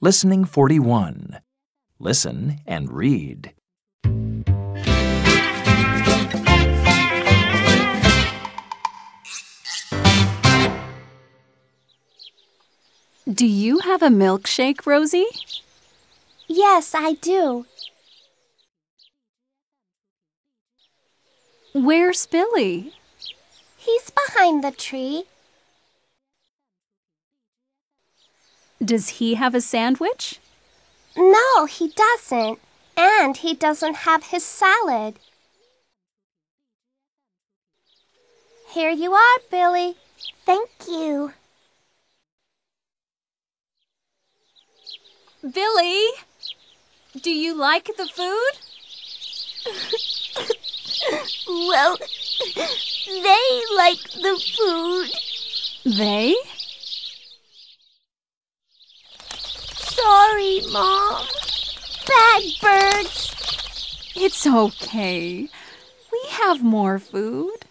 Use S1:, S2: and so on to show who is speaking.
S1: Listening 41. Listen and read.
S2: Do you have a milkshake, Rosie?
S3: Yes, I do.
S2: Where's Billy?
S3: He's behind the tree.
S2: Does he have a sandwich?
S3: No, he doesn't. And he doesn't have his salad. Here you are, Billy. Thank you.
S2: Billy, do you like the food?
S4: Well, they like the food,
S2: They?
S4: sorry, Mom.
S3: Bad birds!
S2: It's okay. We have more food.